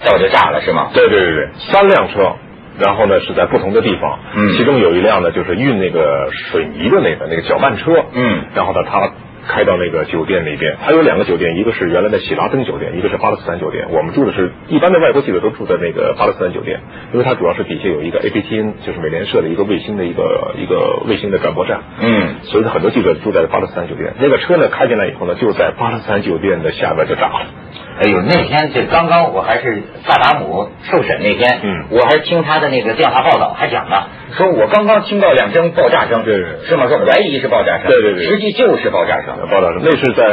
票就炸了是吗？对对对对，三辆车，然后呢是在不同的地方，嗯其中有一辆呢就是运那个水泥的那个那个搅拌车，嗯然后呢他开到那个酒店里边，他有两个酒店，一个是原来的喜拉登酒店，一个是巴勒斯坦酒店。我们住的是一般的外国记者都住在那个巴勒斯坦酒店，因为它主要是底下有一个 APTN，就是美联社的一个卫星的一个一个卫星的转播站，嗯，所以很多记者住在巴勒斯坦酒店。那个车呢开进来以后呢，就在巴勒斯坦酒店的下边就炸了。哎呦，那天这刚刚我还是萨达姆受审那天，嗯我还听他的那个电话报道，还讲呢，说我刚刚听到两声爆炸声，对对对是吗？说怀疑是爆炸声，对对对实际就是爆炸声，报道是，那是在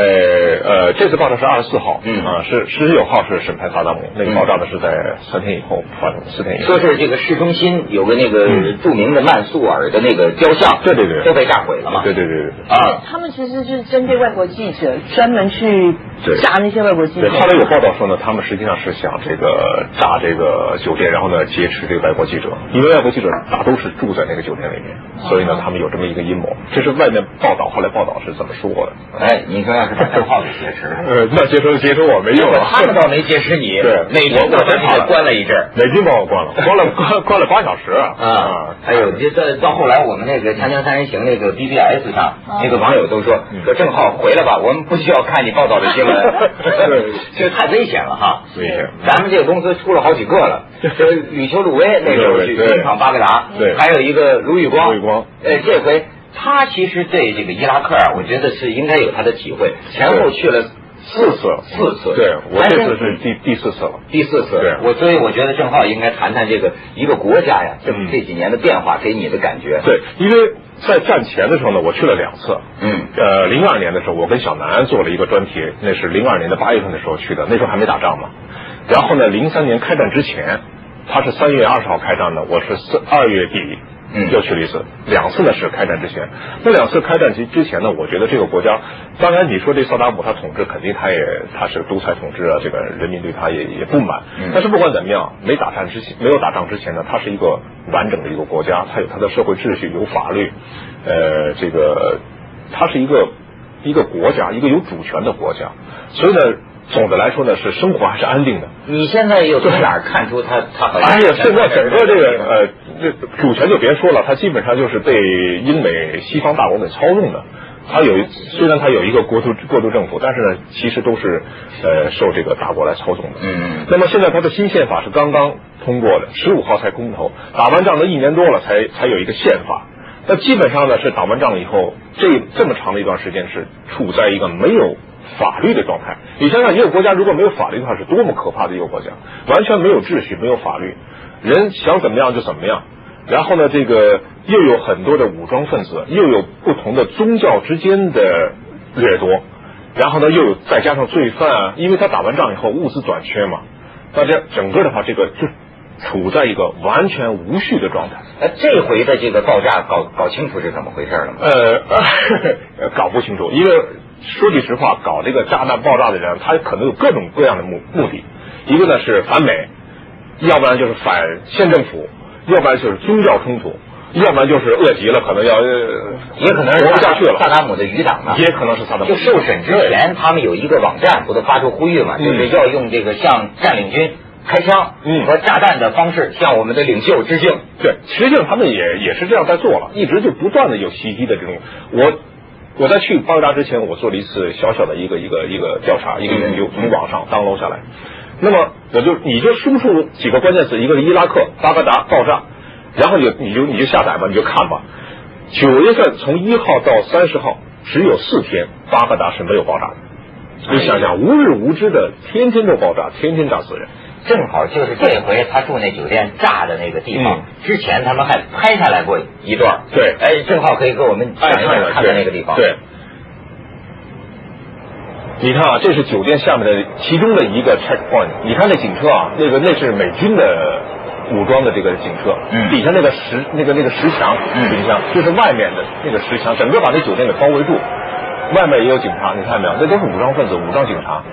呃，这次报道是二十四号，嗯啊，是十九号是审判萨达姆，那个爆炸的是在三天以后发生，四天以后说。是这个市中心有个那个嗯著名的曼苏尔的那个雕像，对对对都被炸毁了嘛，对对对对啊，他们其实就是针对外国记者，专门去对炸那些外国记对，者。对后来有报道说呢，他们实际上是想这个炸这个酒店，然后呢劫持这个外国记者，因为外国记者大都是住在那个酒店里面，所以呢他们有这么一个阴谋，这是外面报道，后来报道是怎么说的？哎，你说要是把账号给劫持了， 呃，那劫持劫持 我没用啊，他们倒没劫持你，对美军我倒我把真怕你了关了一阵儿。美军把我关了，关了关关了八小时啊，还有这到到后来，我们那个《锵锵三人行》那个 BBS 上，啊那个网友都说嗯说郑浩回来吧，我们不需要看你报道的新闻 对，这太危险了哈。危险咱们这个公司出了好几个 了，就是吕秋鲁威那时候去对对专访巴格达，对还有一个卢宇光，卢宇光呃，这回他其实对这个伊拉克啊，我觉得是应该有他的体会，前后去了四次，四次，对我这还次真是第第四次了。第四次对，我所以我觉得郑浩应该谈谈这个一个国家呀，这嗯这几年的变化给你的感觉。，对，因为在战前的时候呢，我去了两次。嗯呃，零二年的时候，我跟小南做了一个专题，那是零二年的八月份的时候去的，那时候还没打仗嘛。然后呢，零三年开战之前，他是三月二十号开战的，我是四二月底。嗯又去了一次，两次呢是开战之前。那两次开战之之前呢，我觉得这个国家，当然你说这萨达姆他统治肯定他也他是独裁统治啊，这个人民对他也也不满。嗯但是不管怎么样，没打仗之前，没有打仗之前呢，它是一个完整的一个国家，它有它的社会秩序，有法律，呃，这个它是一个一个国家，一个有主权的国家，所以呢，总的来说呢，是生活还是安定的。你现在又从哪儿看出他他好像？哎呀，现在整个这个呃，这主权就别说了，它基本上就是被英美西方大国给操纵的。它有一虽然它有一个国度过渡政府，但是呢，其实都是呃受这个大国来操纵的。嗯，那么现在他的新宪法是刚刚通过的，十五号才公投，打完仗都一年多了才才有一个宪法。那基本上呢是打完仗以后，这这么长的一段时间是处在一个没有法律的状态。你想想，一个国家如果没有法律的话，是多么可怕的一个国家，完全没有秩序，没有法律，人想怎么样就怎么样。然后呢，这个又有很多的武装分子，又有不同的宗教之间的掠夺，然后呢又有再加上罪犯啊，因为他打完仗以后物资短缺嘛，大家整个的话这个就处在一个完全无序的状态。呃，这回的这个爆炸搞搞清楚是怎么回事了吗？呃，呃 搞不清楚，因为说句实话，搞这个炸弹爆炸的人，他可能有各种各样的目目的，一个呢是反美，要不然就是反县政府，要不然就是宗教冲突，要不然就是饿极了，可能要呃也可能是活萨达不下去了，萨达姆的余党呢。也可能是萨达姆就受审之前，他们有一个网站不都发出呼吁嘛，嗯就是要用这个向占领军开枪嗯和炸弹的方式向我们的领袖致敬。对，实际上他们也也是这样在做了，一直就不断的有袭击的这种。我我在去巴格达之前，我做了一次小小的一个一个一个调查，一个研究，从网上当楼下来。那么我就你就输出几个关键词，一个是伊拉克巴格达爆炸，然后你就你就你就下载吧，你就看吧。九月份从一号到三十号，只有四天，巴格达是没有爆炸的。你想想，无日无之的，天天都爆炸，天天炸死人。正好就是这回他住那酒店炸的那个地方，嗯之前他们还拍下来过一段。对哎哎，正好可以给我们讲一讲看看那个地方。对，你看啊，这是酒店下面的其中的一个 checkpoint。你看那警车啊，那个那是美军的武装的这个警车，嗯底下那个石那个那个石墙，嗯石墙就是外面的那个石墙，整个把那酒店给包围住。外面也有警察，你看没有？那都是武装分子、武装警察。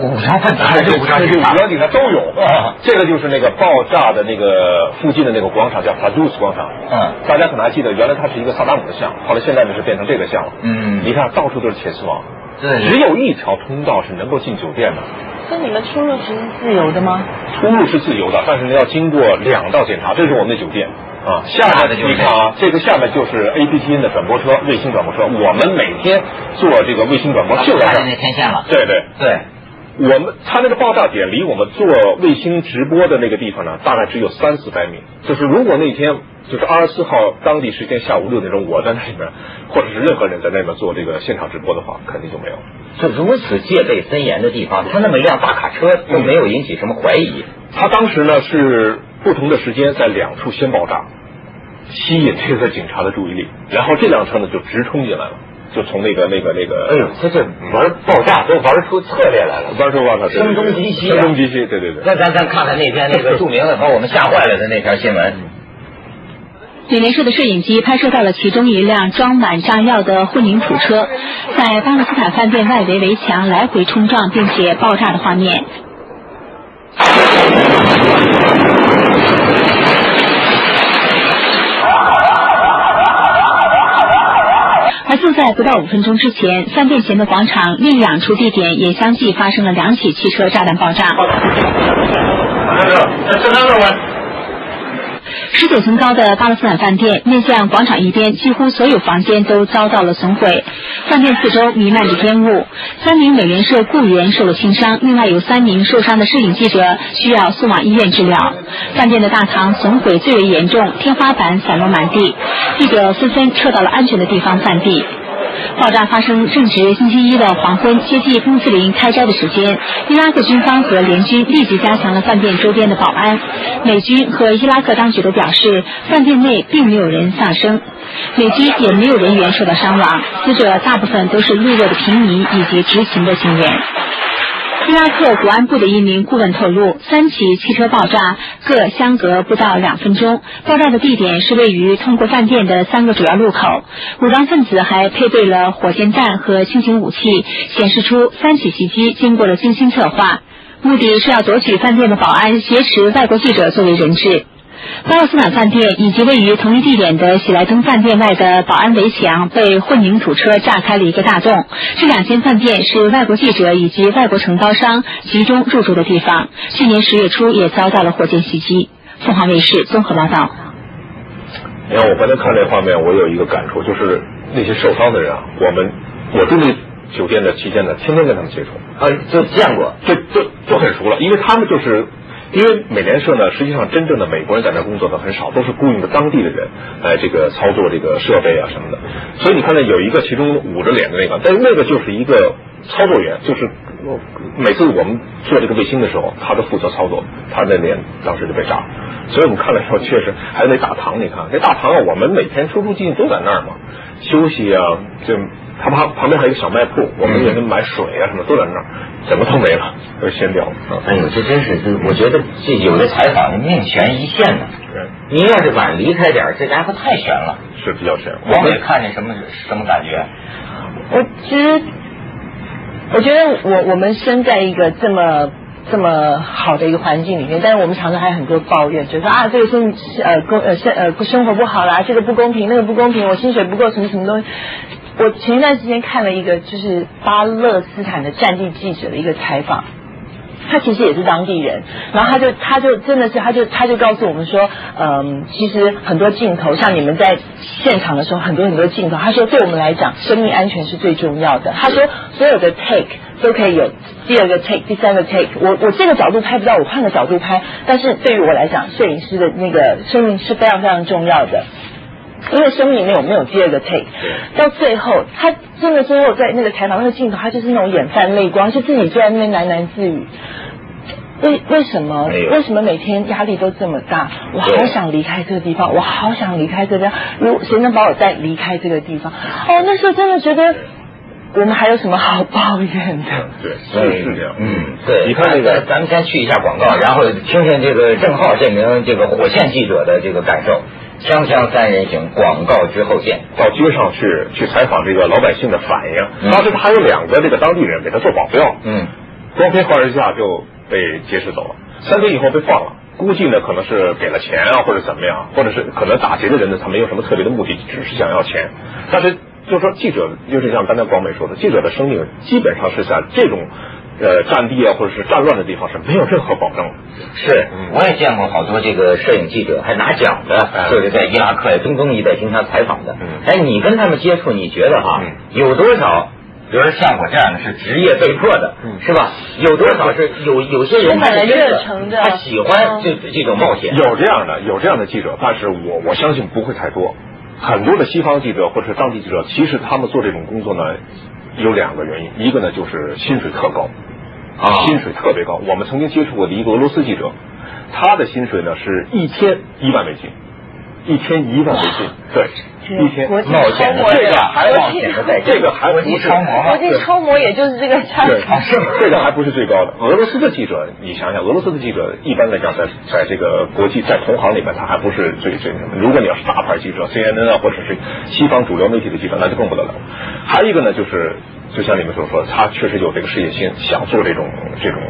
武昌 分子哎，是武昌警察武，装警察都有啊。这个就是那个爆炸的那个附近的那个广场，叫 Fadus 广场。嗯大家可能还记得，原来它是一个萨达姆的像，后来现在呢是变成这个像了。嗯你看到处都是铁丝网，对只有一条通道是能够进酒店的，那你们出入其实是自由的吗？出入是自由的，但是呢要经过两道检查，这是我们的酒店。啊，下大的面酒你店看啊，这个下面就是 A P T N 的转播车，卫星转播车。我们每天做这个卫星转播啊就在下这面那。儿天线了。对对，对，我们它那个爆炸点离我们做卫星直播的那个地方呢，大概只有三四百米。就是如果那天就是二十四号当地时间下午六点钟，我在那边，或者是任何人在那边做这个现场直播的话，肯定就没有。就如此戒备森严的地方，他那么一辆大卡车都没有引起什么怀疑。他当时呢是不同的时间在两处先爆炸，吸引这个警察的注意力，然后这辆车呢就直冲进来了，就从那个那个那个，哎呦，他这玩爆炸都玩出策略来了。弯车弯车，对声对对东击西啊声东击西，对对对。那咱咱看看那天那个著名的把我们吓坏了的那条新闻。美联社的摄影机拍摄到了其中一辆装满炸药的混凝土车在巴勒斯坦饭店外围围墙来回冲撞并且爆炸的画面。而就在不到五分钟之前，饭店前的广场另两处地点也相继发生了两起汽车炸弹爆炸。十九层高的巴勒斯坦饭店面向广场一边，几乎所有房间都遭到了损毁。饭店四周弥漫着烟雾，三名美联社雇员受了轻伤，另外有三名受伤的摄影记者需要送往医院治疗。饭店的大堂损毁最为严重，天花板散落满地，记者纷纷撤到了安全的地方暂避。爆炸发生正值星期一的黄昏，接近穆斯林开斋的时间。伊拉克军方和联军立即加强了饭店周边的保安。美军和伊拉克当局都表示，饭店内并没有人丧生，美军也没有人员受到伤亡，死者大部分都是路过的平民以及执勤的警员。伊拉克国安部的一名顾问透露，三起汽车爆炸各相隔不到两分钟，爆炸的地点是位于通过饭店的三个主要路口。武装分子还配备了火箭弹和轻型武器，显示出三起袭击经过了精心策划，目的是要夺取饭店的保安，挟持外国记者作为人质。巴勒斯坦饭店以及位于同一地点的喜来登饭店外的保安围墙被混凝土车炸开了一个大洞。这两间饭店是外国记者以及外国承包商集中入住的地方。去年十月初也遭到了火箭袭击。凤凰卫视综合报道。你看我刚才看这画面，我有一个感触，就是那些受伤的人啊，我们我住那酒店的期间呢，天天跟他们接触，啊，就见过。这这就很熟了，因为他们就是。因为美联社呢，实际上真正的美国人在那工作的很少，都是雇佣的当地的人来这个操作这个设备啊什么的。所以你看呢，有一个其中捂着脸的那个，但是那个就是一个操作员，就是我每次我们做这个卫星的时候，他都负责操作，他的脸当时就被炸了。所以我们看了以后，确实还有那大堂，你看那大堂啊，我们每天出出进进都在那儿嘛，休息啊，就他旁旁边还有一个小卖铺，我们也能买水啊什么都在那儿，怎么都没了，都掀掉了。啊哎呦，这真是，这我觉得这有的采访命悬一线呢。对，您要是晚离开点儿，这家伙太悬了。是比较悬。王伟看见什么什么感觉？我其实，我觉得我我们生在一个这么这么好的一个环境里面，但是我们常常还有很多抱怨，就是说啊，这个生呃工呃生呃生活不好啦，这个不公平，那个不公平，我薪水不够，什么什么东西。我前一段时间看了一个就是巴勒斯坦的战地记者的一个采访，他其实也是当地人，然后他就他就真的是他就他就告诉我们说，嗯，其实很多镜头，像你们在现场的时候，很多很多镜头，他说对我们来讲，生命安全是最重要的。他说所有的 take 都可以有第二个 take、第三个 take，我我这个角度拍不到，我换个角度拍，但是对于我来讲，摄影师的那个生命是非常非常重要的。因为生命里面有没有第二个 take，到最后他真的最后在那个采访那个镜头，他就是那种眼泛泪光，就自己坐在那边喃喃自语。为为什么没有为什么每天压力都这么大？我对好想离开这个地方，我好想离开这个地方。如果谁能把我带离开这个地方？哦，那时候真的觉得我们还有什么好抱怨的？对，是是这样。嗯，对，你看那个咱咱们先去一下广告，然后听听这个郑浩这名这个火线记者的这个感受。锵锵三人行，广告之后见。到街上去去采访这个老百姓的反嗯应，当时他还有两个这个当地人给他做保镖，嗯，光天化日下就被劫持走了，三天以后被放了。估计呢，可能是给了钱啊，或者怎么样，或者是可能打劫的人呢，他没有什么特别的目的，只是想要钱。但是就是说记者，就是像刚才广美说的，记者的生命基本上是在这种呃战地啊或者是战乱的地方是没有任何保障的。是嗯，我也见过好多这个摄影记者，还拿奖的哎，就是在伊拉克、中东一带经常采访的嗯。哎，你跟他们接触，你觉得哈嗯，有多少？比如说像我这样的是职业被迫的，嗯是吧？有多少是有有些人充满了他是真的热诚的他喜欢嗯这这种冒险。有这样的有这样的记者，但是我我相信不会太多。很多的西方记者或者是当地记者，其实他们做这种工作呢，有两个原因，一个呢就是薪水特高，啊薪水特别高。我们曾经接触过的一个俄罗斯记者，他的薪水呢是一天一万美金，一天一万美金，对，一天国际冒险的超模这呀个还国冒际险的代价，这个还国不际是超模嘛国，际超模也就是这个价对 格。啊是吗，这个还不是最高的。俄罗斯的记者，你想想，俄罗斯的记者一般来讲在，在这个国际在同行里面，他还不是最最什么。如果你要是大牌记者，CNN 啊，或者是西方主流媒体的记者，那就更不得了。还有一个呢，就是就像你们所说，他确实有这个事业心，想做这种这种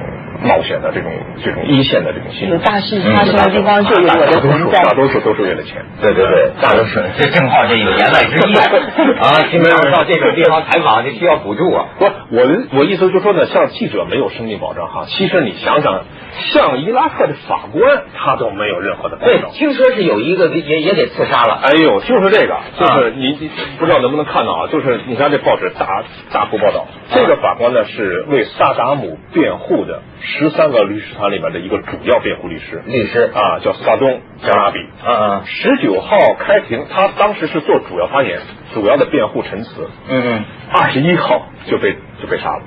冒险的这种这种一线的这种心理。有大事发生的地方嗯就有我的存在大。多数大多数都是为了钱。对对对，大多数这正好这有言外之意 啊，经常到这种地方采访就需要补助啊。不，我的我意思就是说呢，像记者没有生命保障哈。其实你想想，像伊拉克的法官他都没有任何的保对障，。听说是有一个也也给刺杀了。哎呦，就是这个，就啊是你、你不知道能不能看到啊？就是你看这报纸大大幅报道，啊这个法官呢是为萨达姆辩护的十三个律师团里面的一个主要辩护律师律师，啊，叫萨东加拉比。嗯十九号开庭，他当时是做主要发言，主要的辩护陈词。嗯嗯二十一号就被就被杀了。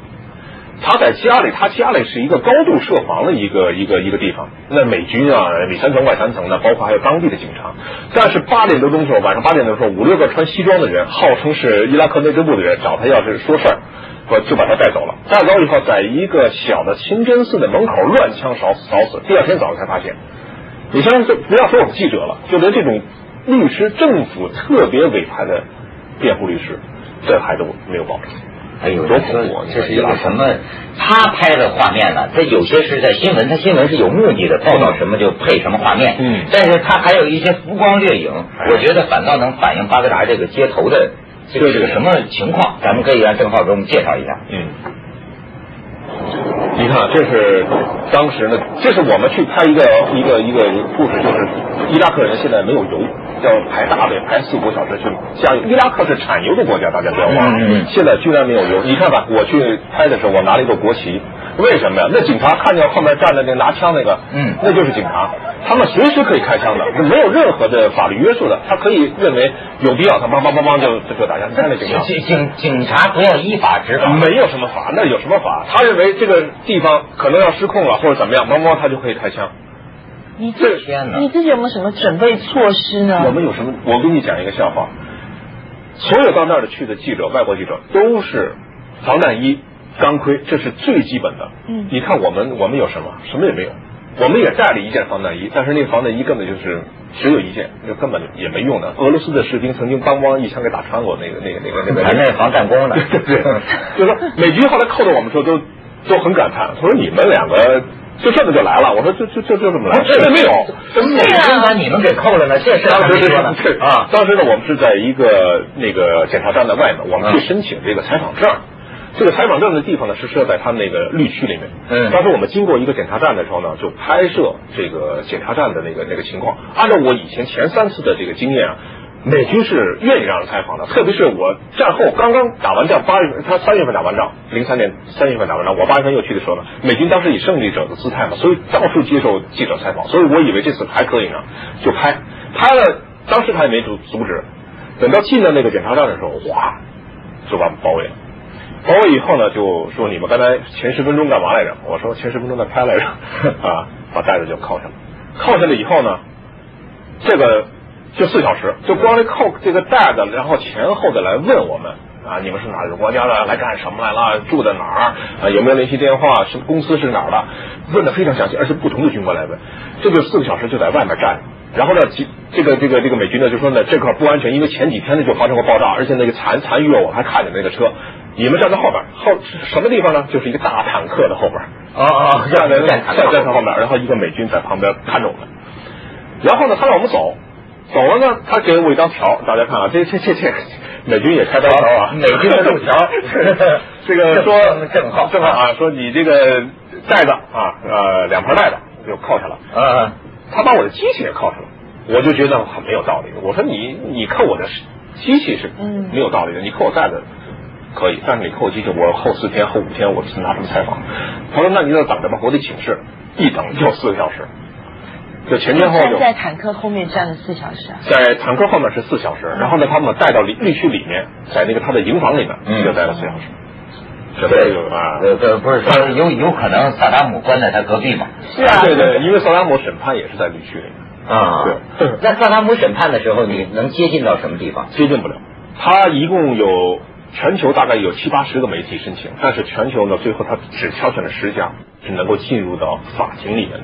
他在家里，他家里是一个高度设防的一个一个一个地方。那美军啊，里三层外三层的，包括还有当地的警察。但是八点多钟的时候，晚上八点多的时候，五六个穿西装的人，号称是伊拉克内政部的人，找他要是说事儿，我就把他带走了。带走以后，在一个小的清真寺的门口乱枪扫扫死。第二天早上才发现，你像这不要说我们记者了，就连这种律师、政府特别委派的辩护律师，这还都没有保障。嗯，哎呦，多恐怖啊这是一个什么？他拍的画面呢？他有些是在新闻，他新闻是有目的的，报道什么就配什么画面。嗯但是他还有一些浮光掠影，我觉得反倒能反映巴格达这个街头的这个对是对个什么情况。咱们可以让郑浩给我们介绍一下。嗯，你看，这是当时呢，这是我们去拍一个一个一个故事，就是伊拉克人现在没有油，要排大队排四五个小时去加油。伊拉克是产油的国家，大家不要忘了，嗯嗯嗯现在居然没有油。你看看，我去拍的时候，我拿了一个国旗，为什么呀？那警察看见后面站着那拿枪那个，嗯那就是警察，他们随时可以开枪的，是没有任何的法律约束的，他可以认为有必要，他梆梆梆梆就就就打架。你看那警察警。警警警察不要依法执法。没有什么法，那有什么法？他认为这个地方可能要失控了，或者怎么样，汪汪他就可以开枪。你自己天哪你自己有没有什么准备措施呢？我们有什么？我跟你讲一个笑话，所有到那儿的去的记者，外国记者都是防弹衣、钢盔，这是最基本的。嗯你看我们，我们有什么？什么也没有。我们也带了一件防弹衣，但是那防弹衣根本就是只有一件，就根本也没用的。俄罗斯的士兵曾经梆梆一枪给打穿过那个那个那个那个。还那防弹弓呢 对对对，就是说美军后来扣着我们说都都很感叹，他说你们两个就这么就来了，我说就就就就这么哦来，这没有，怎么美啊军把你们给扣了呢？ 这事儿还没说呢对啊！当时呢，我们是在一个那个检查站的外面，我们嗯去申请这个采访证。啊这个采访证的地方呢，是设在他们那个绿区里面。嗯当时我们经过一个检查站的时候呢，就拍摄这个检查站的那个那个情况。按照我以前前三次的这个经验啊，美军是愿意让人采访的，特别是我战后刚刚打完仗，八月份他三月份打完仗，零三年三月份打完仗，我八月份又去的时候呢，美军当时以胜利者的姿态嘛，所以到处接受记者采访，所以我以为这次还可以呢，就拍，拍了，当时他也没阻阻止，等到进到那个检查站的时候，哗，就把我们包围了。包围以后呢，就说你们刚才前十分钟干嘛来着？我说前十分钟在拍来着， 啊，把袋子就铐上了。铐上了以后呢，这个就四小时，就光这扣这个袋子，然后前后的来问我们啊，你们是哪个国家的，来干什么来了，住在哪儿，啊、有没有联系电话，是公司是哪儿的，问的非常详细，而且不同的军官来问，这就四个小时就在外面站着。然后呢，其这个这个这个美军呢就说呢这块不安全，因为前几天呢就发生过爆炸，而且那个残残余了，我还看见那个车，你们站在后边，后什么地方呢？就是一个大坦克的后边，哦哦，站啊在战站在他后面，然后一个美军在旁边看着我们，然后呢，他让我们走，走了呢，他给我一张条，大家看啊，这这这这美军也开刀条啊，美军的路条 这个说正正号正好啊，说你这个袋子啊，呃，两盘袋子就铐下了，啊，他把我的机器也铐上了，我就觉得很没有道理。我说你你扣我的机器是嗯没有道理的，你扣我袋子可以，但是你扣我机器，我后四天后五天我拿什么采访？他说那你就等着吧，我得请示，一等就四个小时，就前前后后站就在坦克后面站了四小时啊。在坦克后面是四小时，然后呢，他们带到里绿区里面，在那个他的营房里面嗯就待了四小时，这都对有啊。呃，这不是说有有可能萨达姆关在他隔壁嘛？是啊对对，因为萨达姆审判也是在绿区里面，啊对那萨达姆审判的时候，你能接近到什么地方？接近不了。他一共有全球大概有七八十个媒体申请，但是全球呢，最后他只挑选了十家是能够进入到法庭里面的，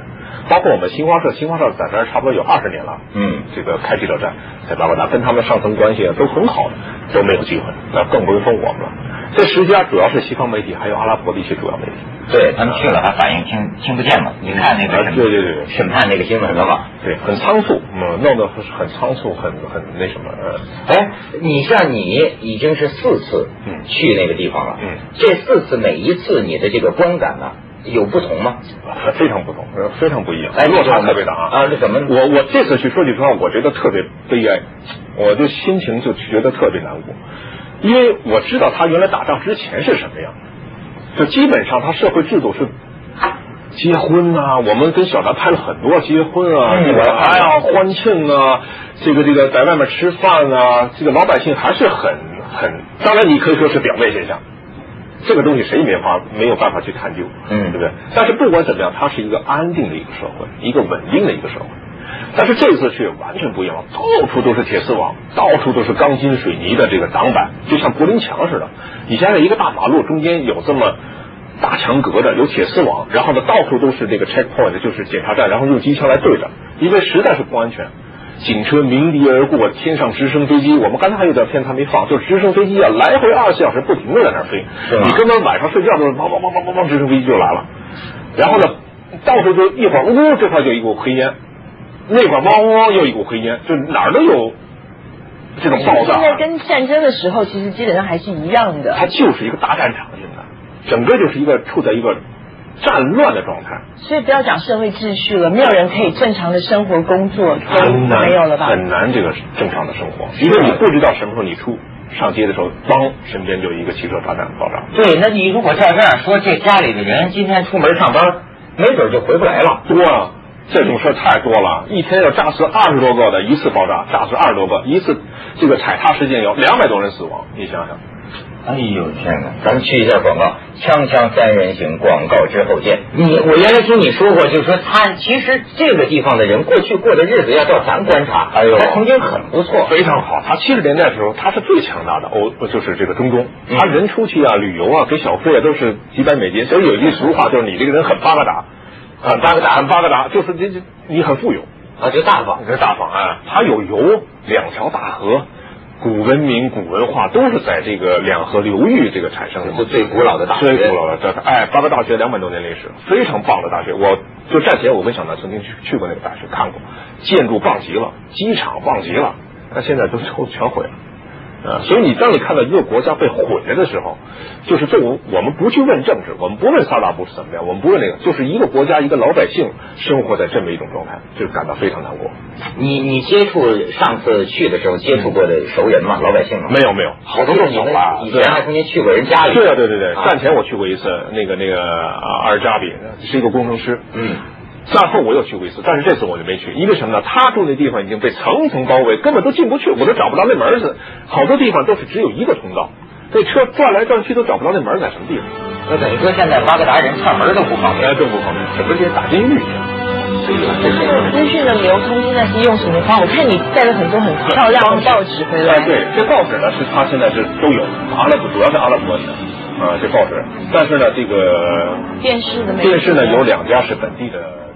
包括我们新华社，新华社在这儿差不多有二十年了，嗯这个开记者站在巴格达，跟他们上层关系啊都很好的，都没有机会，那更不用说我们了。这十家主要是西方媒体，还有阿拉伯的一些主要媒体。对嗯他们去了，还反应听听不见嘛？你看那个审啊对对对对审判那个新闻了吧？对，很仓促，嗯，弄得很仓促，很很那什么，呃，哎，你像你已经是四次嗯去那个地方了，嗯这四次每一次你的这个观感呢有不同吗？非常不同，呃非常不一样，哎落差特别大啊！啊这怎么我我这次去说句实话，我觉得特别悲哀，我就心情就觉得特别难过，因为我知道他原来打仗之前是什么样，就基本上他社会制度是。结婚啊，我们跟小达拍了很多结婚啊，嗯这个哎呀欢庆啊，这个这个在外面吃饭啊，这个老百姓还是很很，当然你可以说是表面现象，这个东西谁也没法没有办法去探究，嗯对不对？但是不管怎么样，它是一个安定的一个社会，一个稳定的一个社会。但是这次却完全不一样，到处都是铁丝网，到处都是钢筋水泥的这个挡板，就像柏林墙似的。你想想，一个大马路中间有这么大墙隔着，有铁丝网，然后呢，到处都是这个 checkpoint，就是检查站，然后用机枪来对着，因为实在是不安全。警车鸣笛而过，天上直升飞机，我们刚才还有段片他没放，就是直升飞机啊，来回二十四小时不停的在那儿飞是，吗你根本晚上睡觉的时候，汪汪汪汪汪汪，直升飞机就来了。然后呢，到处就一会儿呜，这块就一股黑烟，那块汪汪汪又一股黑烟，就哪儿都有这种爆炸现。在跟战争的时候其实基本上还是一样的它，就是一个大战场，现在整个就是一个处在一个战乱的状态。所以不要讲社会秩序了，没有人可以正常的生活、工作都很难没有了吧？很难这个正常的生活，因为你不知道什么时候你出上街的时候，当身边就有一个汽车炸弹爆炸。对，那你如果照这样说，这家里的人今天出门上班，没准就回不来了。多啊，这种事儿太多了，一天要炸死二十多个的，一次爆炸炸死二十多个，一次这个踩踏事件有两百多人死亡，你想想。哎呦天哪！咱们去一下广告，锵锵三人行广告之后见。你我原来听你说过，就是说他其实这个地方的人过去过的日子，要照咱观察，哎呦他曾经很不错，非常好。他七十年代的时候，他是最强大的欧，就是这个中东，嗯他人出去啊、旅游啊、给小费啊，都是几百美金。所以有一句俗话，就是你这个人很巴格达，很巴格达，很巴格达，就是这这你很富有，啊，就大方你。是大方啊。他有油，两条大河。古文明、古文化都是在这个两河流域这个产生的嘛，这最古老的大学最古老的大哎，巴格大学两百多年历史，非常棒的大学。我就战前我跟小南曾经去去过那个大学看过，建筑棒极了，机场棒极了，但现在都都全毁了。啊，所以你当你看到一个国家被毁了的时候，就是这我我们不去问政治，我们不问萨达姆是怎么样，我们不问那个，就是一个国家一个老百姓生活在这么一种状态，就感到非常难过。你你接触上次去的时候接触过的熟人吗？老百姓吗？没有没有，好多都人少吧？以对前还曾经去过人家里。对啊，对对对，啊战前我去过一次，那个那个啊阿尔扎比是一个工程师，嗯，战后我又去过一次，但是这次我就没去，因为什么呢？他住那地方已经被层层包围，根本都进不去，我都找不到那门儿去，好多地方都是只有一个通道，这车转来转去都找不到那门儿在什么地方，那等于说现在巴格达人串门都不方便哎哎，。更不方便，这不是跟打监狱一样。所以这这种资讯的流通现在是用什么方法？我看你带了很多很漂亮的报纸回来哎，，对，这报纸呢是它现在是都有，阿拉伯主要是阿拉伯文的啊、这报纸，但是呢，这个电视的媒体电视呢有两家是本地的。